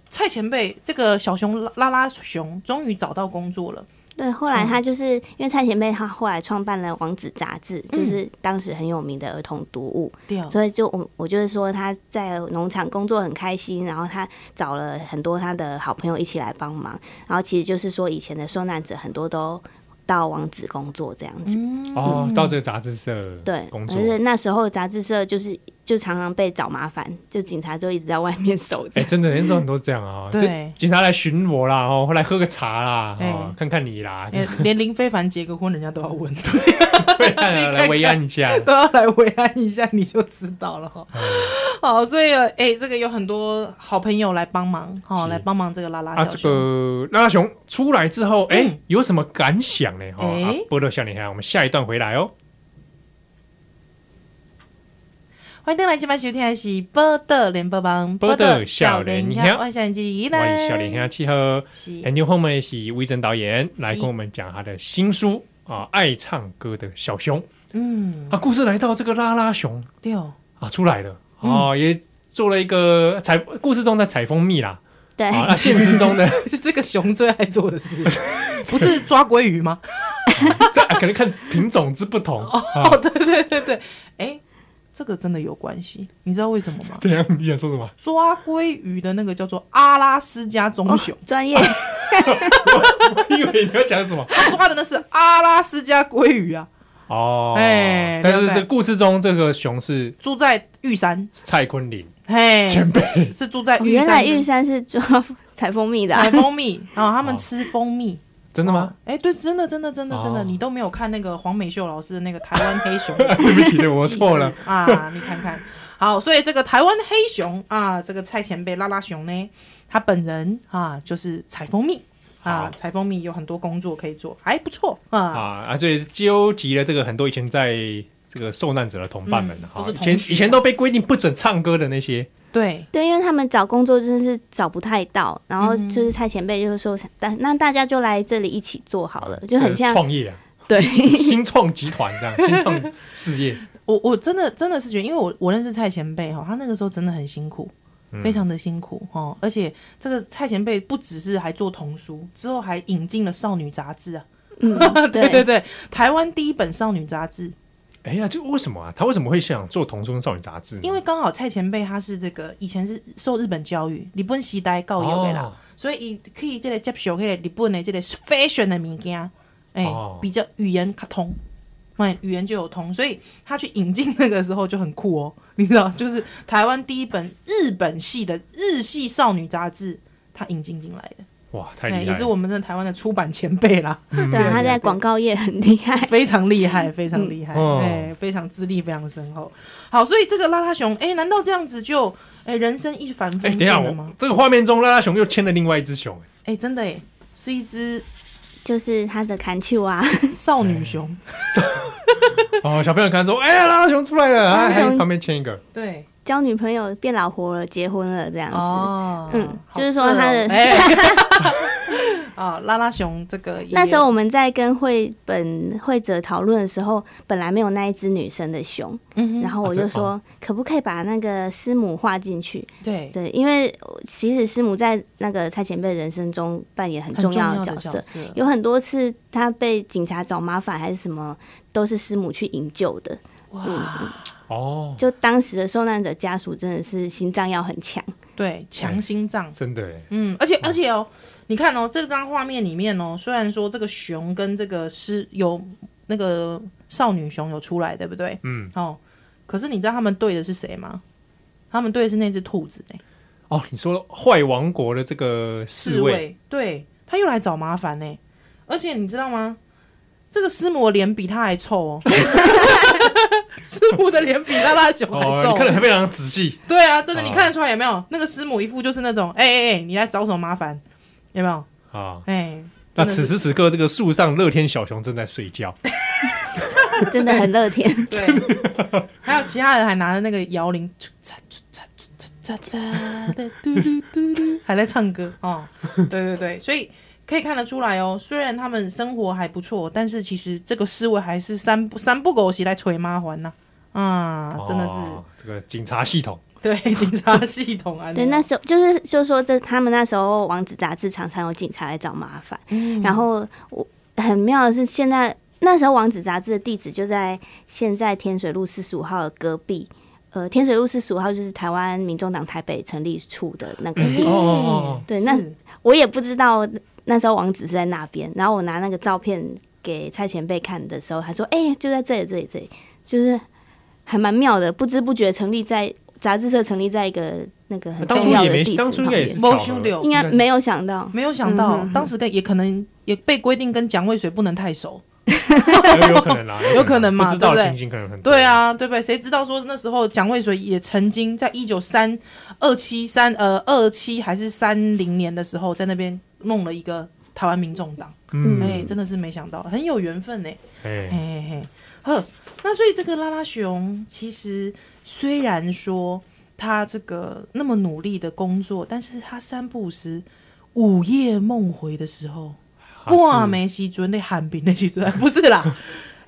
蔡前辈，这个小熊拉拉拉熊终于找到工作了。对，后嗯来他就是、因为蔡前辈，他后来创办了《王子》杂志，嗯就是当时很有名的儿童读物，对啊，所以就我我就是说他在农场工作很开心，然后他找了很多他的好朋友一起来帮忙，然后其实就是说以前的受难者很多都到王子工作这样子，哦，到这个杂志社对，工作而，且那时候杂志社就是就常常被找麻烦，就警察就一直在外面 守着哎，，真的那时候很多这样啊，对这警察来巡逻啦，哦，后来喝个茶啦，哦哎，看看你啦，连 连林非凡结个婚，人家都要问， 对 啊来维安一下，都要来维安一下，你就知道了嗯哈。好，所以哎、诶这个有很多好朋友来帮忙，哈，是来帮忙这个拉拉啊，小这熊。个拉拉熊出来之后，哎、嗯有什么感想呢？哈、哎啊，波乐笑脸看，我们下一段回来哦。欢迎登来今晚收听的是《波特联播帮》，报道少年兄我想记依欢兰，迎笑脸看契合是 a n d y Home 也是魏征导演来是跟我们讲他的新书啊，爱唱歌的小熊嗯，啊，故事来到这个拉拉熊对哦，啊出来了嗯哦、也做了一个采故事中的采蜂蜜啦，哎对，啊，那现实中的 是这个熊最爱做的事，不是抓鲑鱼吗？这、啊可能看品种之不同，哦，对 对对对，哎，这个真的有关系，你知道为什么吗？这样你想说什么？ 抓鲑鱼的那个叫做阿拉斯加棕熊，专业哦我以为你要讲什么他抓的那是阿拉斯加鲑鱼啊，哦，哎但是了解这故事中这个熊是住在玉山，蔡昆林。嘿，前辈哎是是住在哦玉原山来的，玉山是抓 采蜂蜜的啊、采蜂蜜，然后他们吃蜂蜜。 真的吗？？哎、对，真的，真的，真的，真的，哦你都没有看那个黄美秀老师的那个台湾黑 熊的对不 起，对我错了纪。事啊！你看看，好，所以这个台湾黑熊啊，这个蔡前辈拉拉熊呢，他本人啊就是采蜂蜜好啊，采蜂蜜有很多工作可以做，还不错啊啊。啊！所以纠集了这个很多以前在这个受难者的同伴们嗯哈，都是以同前学以前都被规定不准唱歌的那些，对，对，因为他们找工作真的是找不太到，然后嗯就是蔡前辈就是说，大、那大家就来这里一起做好了，就很这个像创业啊，对新创集团这样，新创事业，我我真的真的是觉得，因为我我认识蔡前辈哈、他那个时候真的很辛苦，非常的辛苦哈、哦而且这个蔡前辈不只是还做童书，之后还引进了少女杂志啊， 嗯，对对对，对，台湾第一本少女杂志，哎呀，就为什么啊？他为什么会想做《童声少女》杂志呢？因为刚好蔡前辈他是这个以前是受日本教育，日本时代教育的啦，哦所以伊可以这个接受迄个日本的这个 fashion 的物件，哎、哦比较语言卡通，哎，语言就有通，所以他去引进那个时候就很酷哦，你知道，就是台湾第一本日本系的日系少女杂志，他引进进来的，哇，太哎，厉也害是了，嗯我们这台湾的出版前辈啦，对啊，他在广告业很厉害，非常厉害，非常厉害，哎、哦非常资历非常深厚。好，所以这个拉拉熊，哎、难道这样子就，哎、人生一帆哎，风等一下，顺了我吗？这个画面中拉拉熊又牵了另外一只熊，哎、真的哎、是一只就是他的砍球啊，少女熊。哎哦，小朋友看说，哎呀，拉拉熊出来了，拉哎拉熊还旁边牵一个，对，交女朋友变老婆了，结婚了这样子，哦，嗯好就是说他的色哦 哎，啊，拉拉熊这个也那时候我们在跟绘本绘者讨论的时候，本来没有那一只女生的熊，嗯然哼，后我啊这就说、哦可不可以把那个师母画进去？对，对，因为其实师母在那个蔡前辈人生中扮演很很重要要的角角色，有很多次他被警察找麻烦还是什么，都是师母去营救的。哇，嗯哦， 就当时的受难者家属真的是心脏要很强，对，强心脏，真的耶，嗯，而且而且哦，你看哦，这张画面里面哦，虽然说这个熊跟这个狮有那个少女熊有出来，对不对？嗯，哦，可是你知道他们对的是谁吗？他们对的是那只兔子哎、哦，你说坏王国的这个侍卫，卫，对他又来找麻烦呢、而且你知道吗？这个狮母的脸比他还臭 哦， 狮母的脸比拉拉熊还哦，臭，你看的非常仔细，对啊，真的，你哦看得出来有没有？那个师母一副就是那种，哎哎哎，你来找什么麻烦？有没有？啊。哎、那真的是此时此刻，这个树上乐天小熊正在睡觉。真的很乐天。 对，还有其他人还拿着那个摇铃，嚓嚓嚓嚓嚓嚓的嘟嘟嘟嘟，还在唱歌哦。对对对，所以可以看得出来哦，虽然他们生活还不错，但是其实这个思维还是三不三不狗席来捶麻烦呐、啊，真的是、哦这个警察系统 对警察系统啊。对，那时候就是就是说这他们那时候王子杂志常常有警察来找麻烦，嗯然后我很妙的是现在那时候王子杂志的地址就在现在天水路四十五号的隔壁。呃，天水路四十五号就是台湾民众党台北成立处的那个地址，哦哦哦是对那我也不知道那时候王子是在那边。然后我拿那个照片给蔡前辈看的时候，他说：“哎、就在这里，这里，这里，就是还蛮妙的。不知不觉成立在杂志社，成立在一个那个很当初重要也的没地址当初应旁该也边是。某巧修合柳应该是没有想到，没有想到，嗯当时跟也可能也被规定跟蒋渭水不能太熟，有可能啦， 有可能嘛不知道对不的对情形可能很多对，啊，对不对？谁知道说那时候蒋渭水也曾经在一九三二七三呃二七还是三零年的时候，在那边弄了一个台湾民众党，嗯，哎、真的是没想到，很有缘分呢、嘿哎，嘿嘿，呵，那所以这个拉拉熊其实虽然说他这个那么努力的工作，但是他三不五时午夜梦回的时候。啊半暝时阵咧寒冰的时阵，不是啦，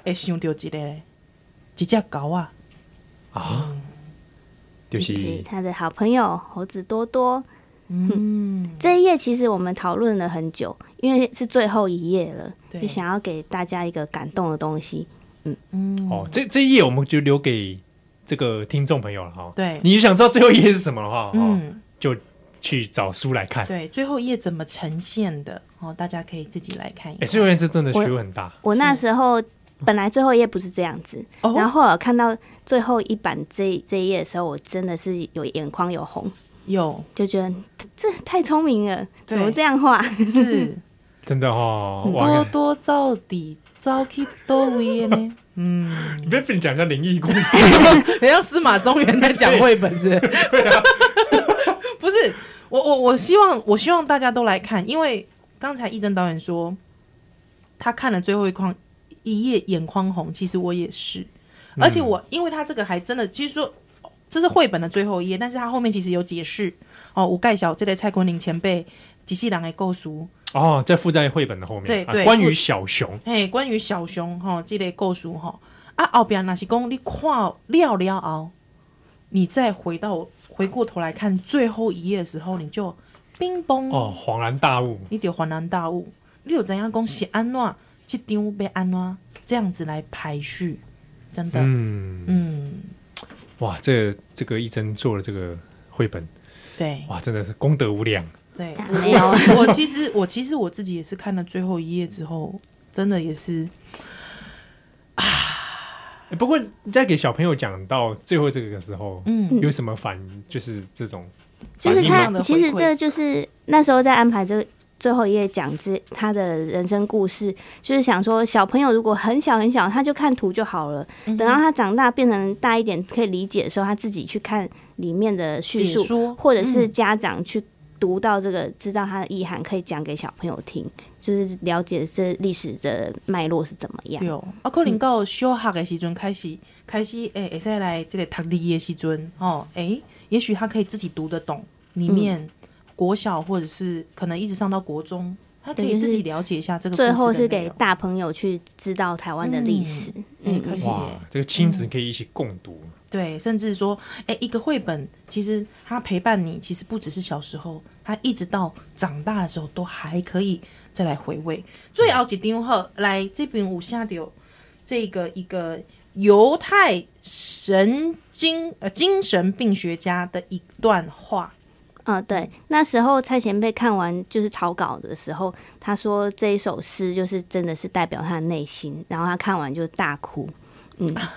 会想到一个一只狗啊，啊，就以及是他的好朋友猴子多多。嗯，这一页其实我们讨论了很久，因为是最后一页了，对就想要给大家一个感动的东西。嗯哦，这这一页我们就留给这个听众朋友了哈。对，你想知道最后一页是什么的话，哦，嗯，去找书来看。对，最后一页怎么呈现的哦，大家可以自己来看一哎，看。最后一页这真的学问很大，我那时候本来最后一页不是这样子，哦然后后来我看到最后一版这这一页的时候，我真的是有眼眶有红，有就觉得这太聪明了，对怎么这 样画？是真的哦。多 哇，多到底早去多位的呢？你别跟你讲一下灵异故事， 很像司马中原在讲绘本是不是？不是，我我我希望我希望大家都来看，因为刚才一真导演说他看了最后一框一页眼眶红，其实我也是，而且我、因为他这个还真的，其实说这是绘本的最后一页，但是他后面其实有解释哦，吴盖小这类蔡坤林前辈。吉细郎来构书，哦，在附在绘本的后对面，啊对关于附小熊，嘿，关于小熊吼，这类构书吼，啊后边若是讲你看了了后，你再回到回过头来看最后一页的时候，你就冰崩哦，恍然大悟，你得恍然大悟，你有怎样讲是安怎，这张被安怎这样子来排序，真的，嗯，嗯，哇，这个这个一真做了这个绘本，对哇，真的是功德无量。对， 没有，我其实我其实我自己也是看了最后一页之后，真的也是欸不过在给小朋友讲到最后这个时候，嗯有什么反就是这种就反是应他吗？的回馈其实这就是那时候在安排这最后一页讲这他的人生故事，就是想说小朋友如果很小很小，他就看图就好了。嗯等到他长大变成大一点可以理解的时候，他自己去看里面的叙解述，说，或者是嗯家长去读到这个，知道它的意涵，可以讲给小朋友听，就是了解这历史的脉络是怎么样对。哦，啊，可能到小学的时阵开嗯始，开始诶，会使来这个读字的时阵，哦，诶，也许他可以自己读得懂里嗯面国小或者是可能一直上到国中，他可对以就是自己了解一下这个故事最的后是内给容大朋友去知道台湾的历史，嗯嗯，可惜哇，这个亲子可以一起共读，对，甚至说，哎、一个绘本，其实它陪伴你，其实不只是小时候，它一直到长大的时候都还可以再来回味。最后一张后来这边有下到这个一个犹太神经呃精神病学家的一段话，嗯，对，那时候蔡前辈看完就是草稿的时候，他说这一首诗就是真的是代表他的内心，然后他看完就大哭。嗯，啊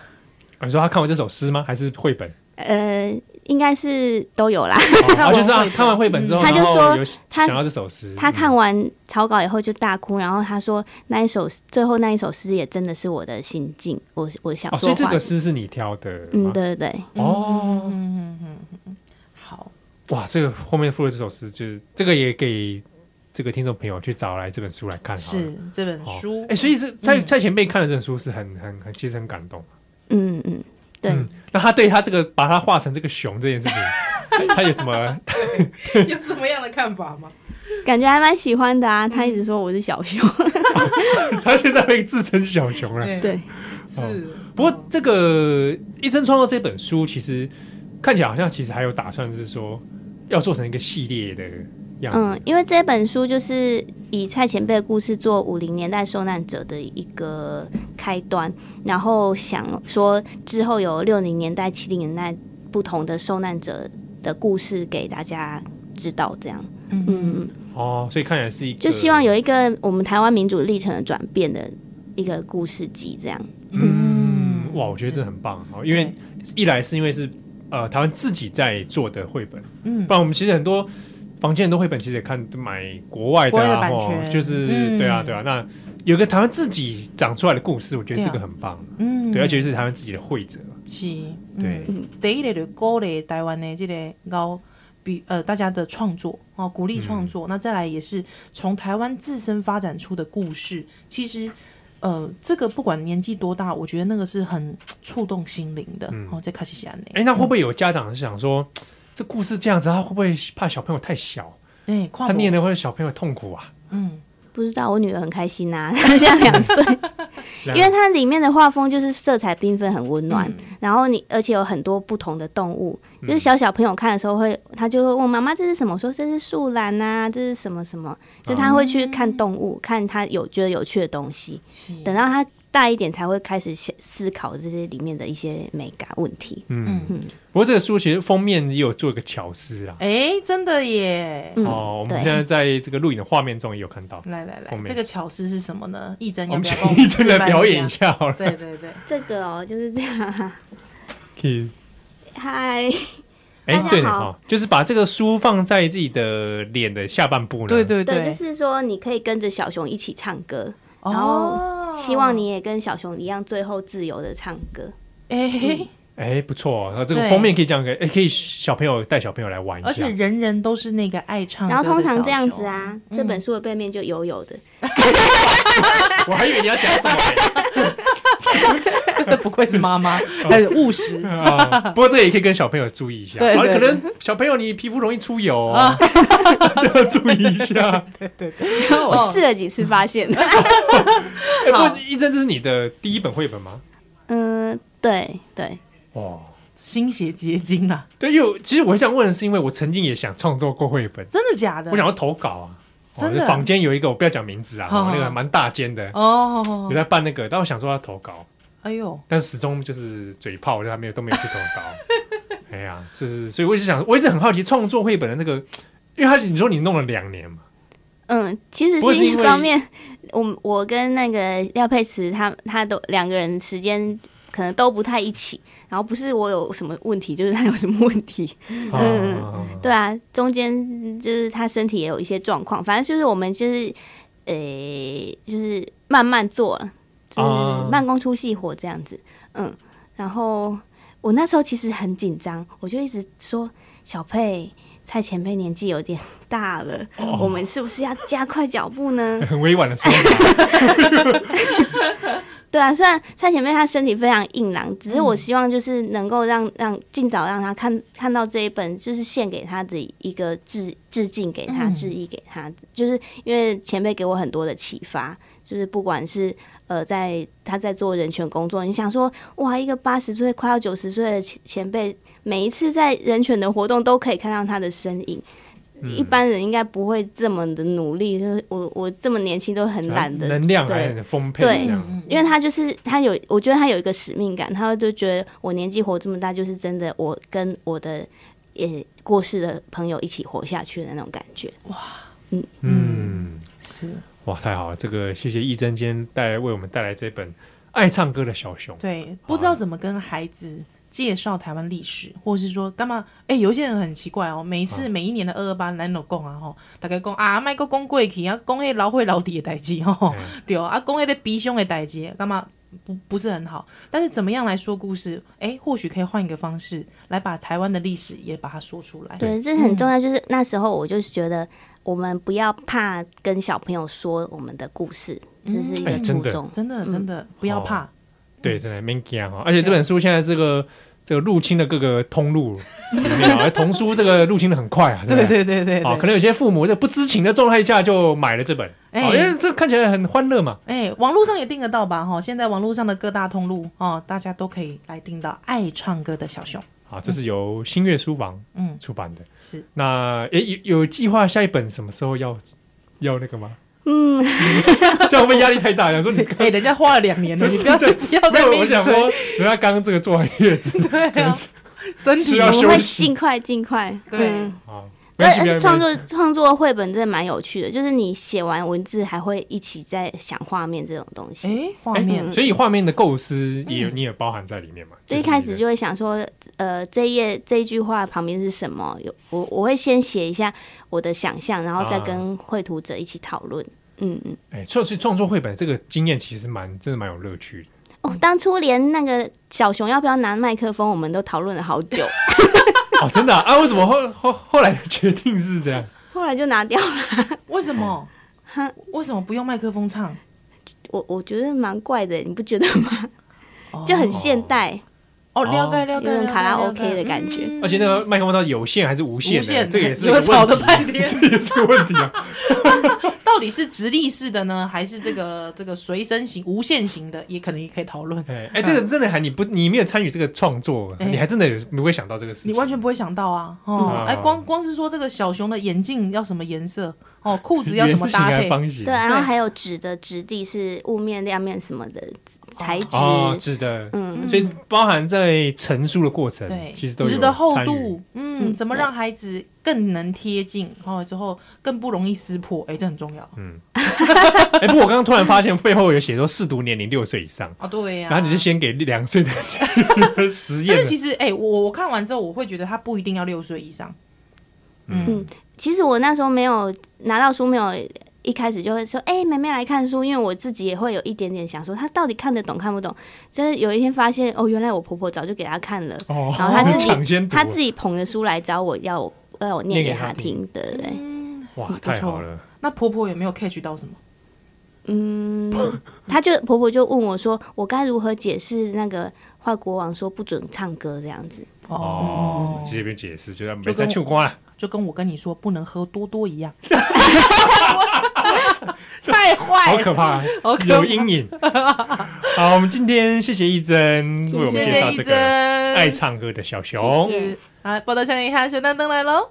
你说他看完这首诗吗？还是绘本？呃，应该是都有啦。 哦看啊，完就是啊绘，本看完绘本之后，嗯他就然后说有他想到这首诗，他看嗯完草稿以后就大哭，然后他说那一首最后那一首诗也真的是我的心境，我我想哦，所说以这话。个诗是你挑的，嗯，吗，对对对，哦，嗯嗯嗯嗯，好，哇，这个后面附的这首诗，就是这个也给这个听众朋友去找来这本书来看好了，是这本哦书 哎、，所以这蔡嗯蔡前辈看了这本书是很很很，其实很感动。嗯嗯，对，嗯那他对他这个把他画成这个熊这件事 情，他他有什么？ 有什么样的看法吗？感觉还蛮喜欢的啊。他嗯一直说我是小熊，他现在被自称小熊了。对，对，是。哦不过这个一生创作这本书，其实看起来好像其实还有打算是说要做成一个系列的样子。嗯，因为这本书就是以蔡前辈的故事做五零年代受难者的一个开端，然后想说之后有六零年代、七零年代不同的受难者的故事给大家知道，这样，嗯嗯，哦，所以看起来是一个就希望有一个我们台湾民主历程的转变的一个故事集，这样，嗯，哇，我觉得这很棒哦，因为一来是因为是呃台湾自己在做的绘本，嗯不然我们其实很多房间很多绘本其实也看买国外的国外的啊，版吼权就是、嗯对啊对啊，那有个台湾自己长出来的故事，我觉得对啊这个很棒，嗯，对，而且是台湾自己的绘者，是，嗯对，第一个就是鼓励台湾的这个高比呃大家的创作哦，鼓励创嗯作。那再来也是从台湾自身发展出的故事，其实。呃，这个不管年纪多大，我觉得那个是很触动心灵的。哦，在卡西西安内，嗯哎、那会不会有家长是想说，这故事这样子，他会不会怕小朋友太小，哎，跨他念的，了会小朋友痛苦啊？嗯，不知道我女儿很开心呐、啊， 她现在 两岁，这样因为它里面的画风就是色彩缤纷，很温嗯暖。然后你而且有很多不同的动物，就是小小朋友看的时候会，他就会问妈妈这是什么？我说这是树懒啊，这是什么什么？就他会去看动物，看他有觉得有趣的东西。等到他大一点才会开始想思考这些里面的一些美感问题。嗯嗯嗯，不过这个书其实封面也有做一个巧思啊。哎，真的耶！嗯，哦，我们对现在在这个录影的画面中也有看到，来来来，后面这个巧思是什么呢？义珍我要们不要请帮我医生示来范表一演一下？下好了。对对 对，这个哦就是这样啊。可以嗨，哎大，家对了好哈，就是把这个书放在自己的脸的下半部呢。对对对，就是说你可以跟着小熊一起唱歌，哦然后希望你也跟小熊一样，最后自由的唱歌。哎，哎，不错哦，它这个对封面可以这样给，哎，可以小朋友带小朋友来玩一而下且。人人都是那个爱唱歌然后的通常小这样熊子，啊，这本书的背面就油油的， 我还以为你要讲 什么不愧是妈妈，很务实。哎啊，不过这个也可以跟小朋友注意一下，对啊对可能小朋友你皮肤容易出油哦， 这要注意一 下。哎我试了几次发现。哎，不过好一真这是你的第一本绘本吗？嗯，对对，哦。心血结晶啊啦，对，因为我其实我想问的是，因为我曾经也想创作过绘本，真的假的？我想要投稿啊。真的哦坊间有一个我不要讲名字啊，好哦好那个还蛮大间的，哦有，在办那个，但我想说要投稿，哎呦，但始终就是嘴炮，就还没有都没有去投稿。哎呀，这是所以我一直想，我一直很好奇创作绘本的那个，因为他你说你弄了两年嘛，嗯，其实不过是是一因为方面，我我跟那个廖佩慈他他都两个人时间可能都不太一起，然后不是我有什么问题，就是他有什么问题。啊，对啊，中间就是他身体也有一些状况，反正就是我们就是呃，就是慢慢做，就是啊？慢工出细活这样子。嗯，然后我那时候其实很紧张，我就一直说小佩。蔡前辈年纪有点大了，我们是不是要加快脚步呢很委婉的说，对啊，虽然蔡前辈他身体非常硬朗，只是我希望就是能够让让尽早让他看看到这一本，就是献给他的一个致致敬给他、嗯致意给他，就是因为前辈给我很多的启发，就是不管是呃在他在做人权工作，你想说哇，一个八十岁快要九十岁的前前辈，每一次在人权的活动都可以看到他的身影。一般人应该不会这么的努力，就是我我这么年轻都很懒得，能量还对很丰沛，对这样，因为他就是他有，我觉得他有一个使命感，他就觉得我年纪活这么大，就是真的，我跟我的也过世的朋友一起活下去的那种感觉。嗯，是哇，太好了！这个谢谢义珍今天带来为我们带来这本《爱唱歌的小熊》。对，不知道怎么跟孩子介绍台湾历史，或者是说干嘛？哎、有一些人很奇怪哦，每一次、每一年的二二八，咱都讲啊吼，大概讲啊，卖个讲过去啊，讲迄老会老底的代志哎吼，嗯对哦啊，讲迄个逼凶的代志，干嘛？不不是很好，但是怎么样来说故事？哎、或许可以换一个方式来把台湾的历史也把它说出来。对，这很重要。就是那时候我就是觉得，我们不要怕跟小朋友说我们的故事，这是一哎个真初的衷。真的真的不要怕，对，真的 Minky 啊，哈而且这本书现在这个这个入侵的各个通路 里面啊，童书这个入侵的很快啊，真对的。对对对好，对可。能有些父母在不知情的状态下就买了这本，哦哎好因为这看起来很欢乐嘛。哎、网络上也订得到吧？哈，现在网络上的各大通路哦，大家都可以来订到爱唱歌的小熊。好，啊这是由新月书房嗯，出版的。是那诶，有有计划下一本什么时候要要那个吗？嗯， 这样会不会压力太大？想说你哎、人家花了两年 了，你不要这不要没再有，命我想催，说，人家刚刚这个做完月子对啊，身需体要如休快息尽快，尽快。对嗯啊，没对，关系而没关系且创作创作绘本真的蛮有趣的，就是你写完文字，还会一起在想画面这种东西。哎画哎嗯面、所以画面的构思也有你也包含在里面嘛？就一是开你的始就会想说，呃，这一页这一句话旁边是什么？有我我会先写一下我的想象，然后再啊跟绘图者一起讨论。嗯嗯，哎，创所以创作绘本这个经验其实蛮真的蛮有乐趣的。哦，当初连那个小熊要不要拿麦克风，我们都讨论了好 久，哦，真的啊？啊为什么后后后来的决定是这样？后来就拿掉了。为什么？为什么不用麦克风唱？我我觉得蛮怪的，你不觉得吗？哦就很现代，哦，了解了解，有点了解卡拉了解 OK 的感觉嗯而且那个麦克风到底有线还是无线无的？线这个也是一有个问吵的题半天这也是个问题 啊。嗯到底是直立式的呢，还是这个这个随身型、无限型的，也可能也可以讨论。哎哎，这个真的还你不你没有参与这个创作，啊哎你还真的有没会想到这个事情？你完全不会想到啊！哦嗯，哎，光光是说这个小熊的眼镜要什么颜色，哦，裤子要 怎么圆形搭还是配，方形？对，然后对啊还有纸的质地是雾面、亮面什么的材质，哦，值得。嗯，所以包含在成书的过程，对，其实都有纸的厚参与度，嗯，嗯怎么对让孩子更能贴近，哦，之后更不容易撕破，哎，这很重要嗯哎、不过我刚刚突然发现背后有写说适读年龄六岁以上，啊，对 呀。然后你就先给两 岁的 实验但了是其实，哎、我我看完之后，我会觉得他不一定要六岁以上。嗯嗯，其实我那时候没有拿到书，没有一开始就会说：“哎、妹妹来看书。”因为我自己也会有一点点想说，她到底看得懂看不懂。真的有一天发现，哦，原来我婆婆早就给她看了，哦，然后他自 己抢先读，她自己捧着书来找我要我要我念念给给她她听，对对对。哇，不错太好了，嗯那婆婆有没有 catch 到什么？嗯，她就婆婆就问我说：“我该如何解释那个坏国王说不准唱歌这样子哦哦，，这边解释就是没跟在秋瓜了，就跟我跟你说不能喝多多一 样。太坏好了，可怕，好可怕有阴 影。好，我们今天谢谢一珍为我们谢谢介绍一这珍个爱唱歌的小熊。谢谢是，好，报道笑脸一下，熊丹登来喽。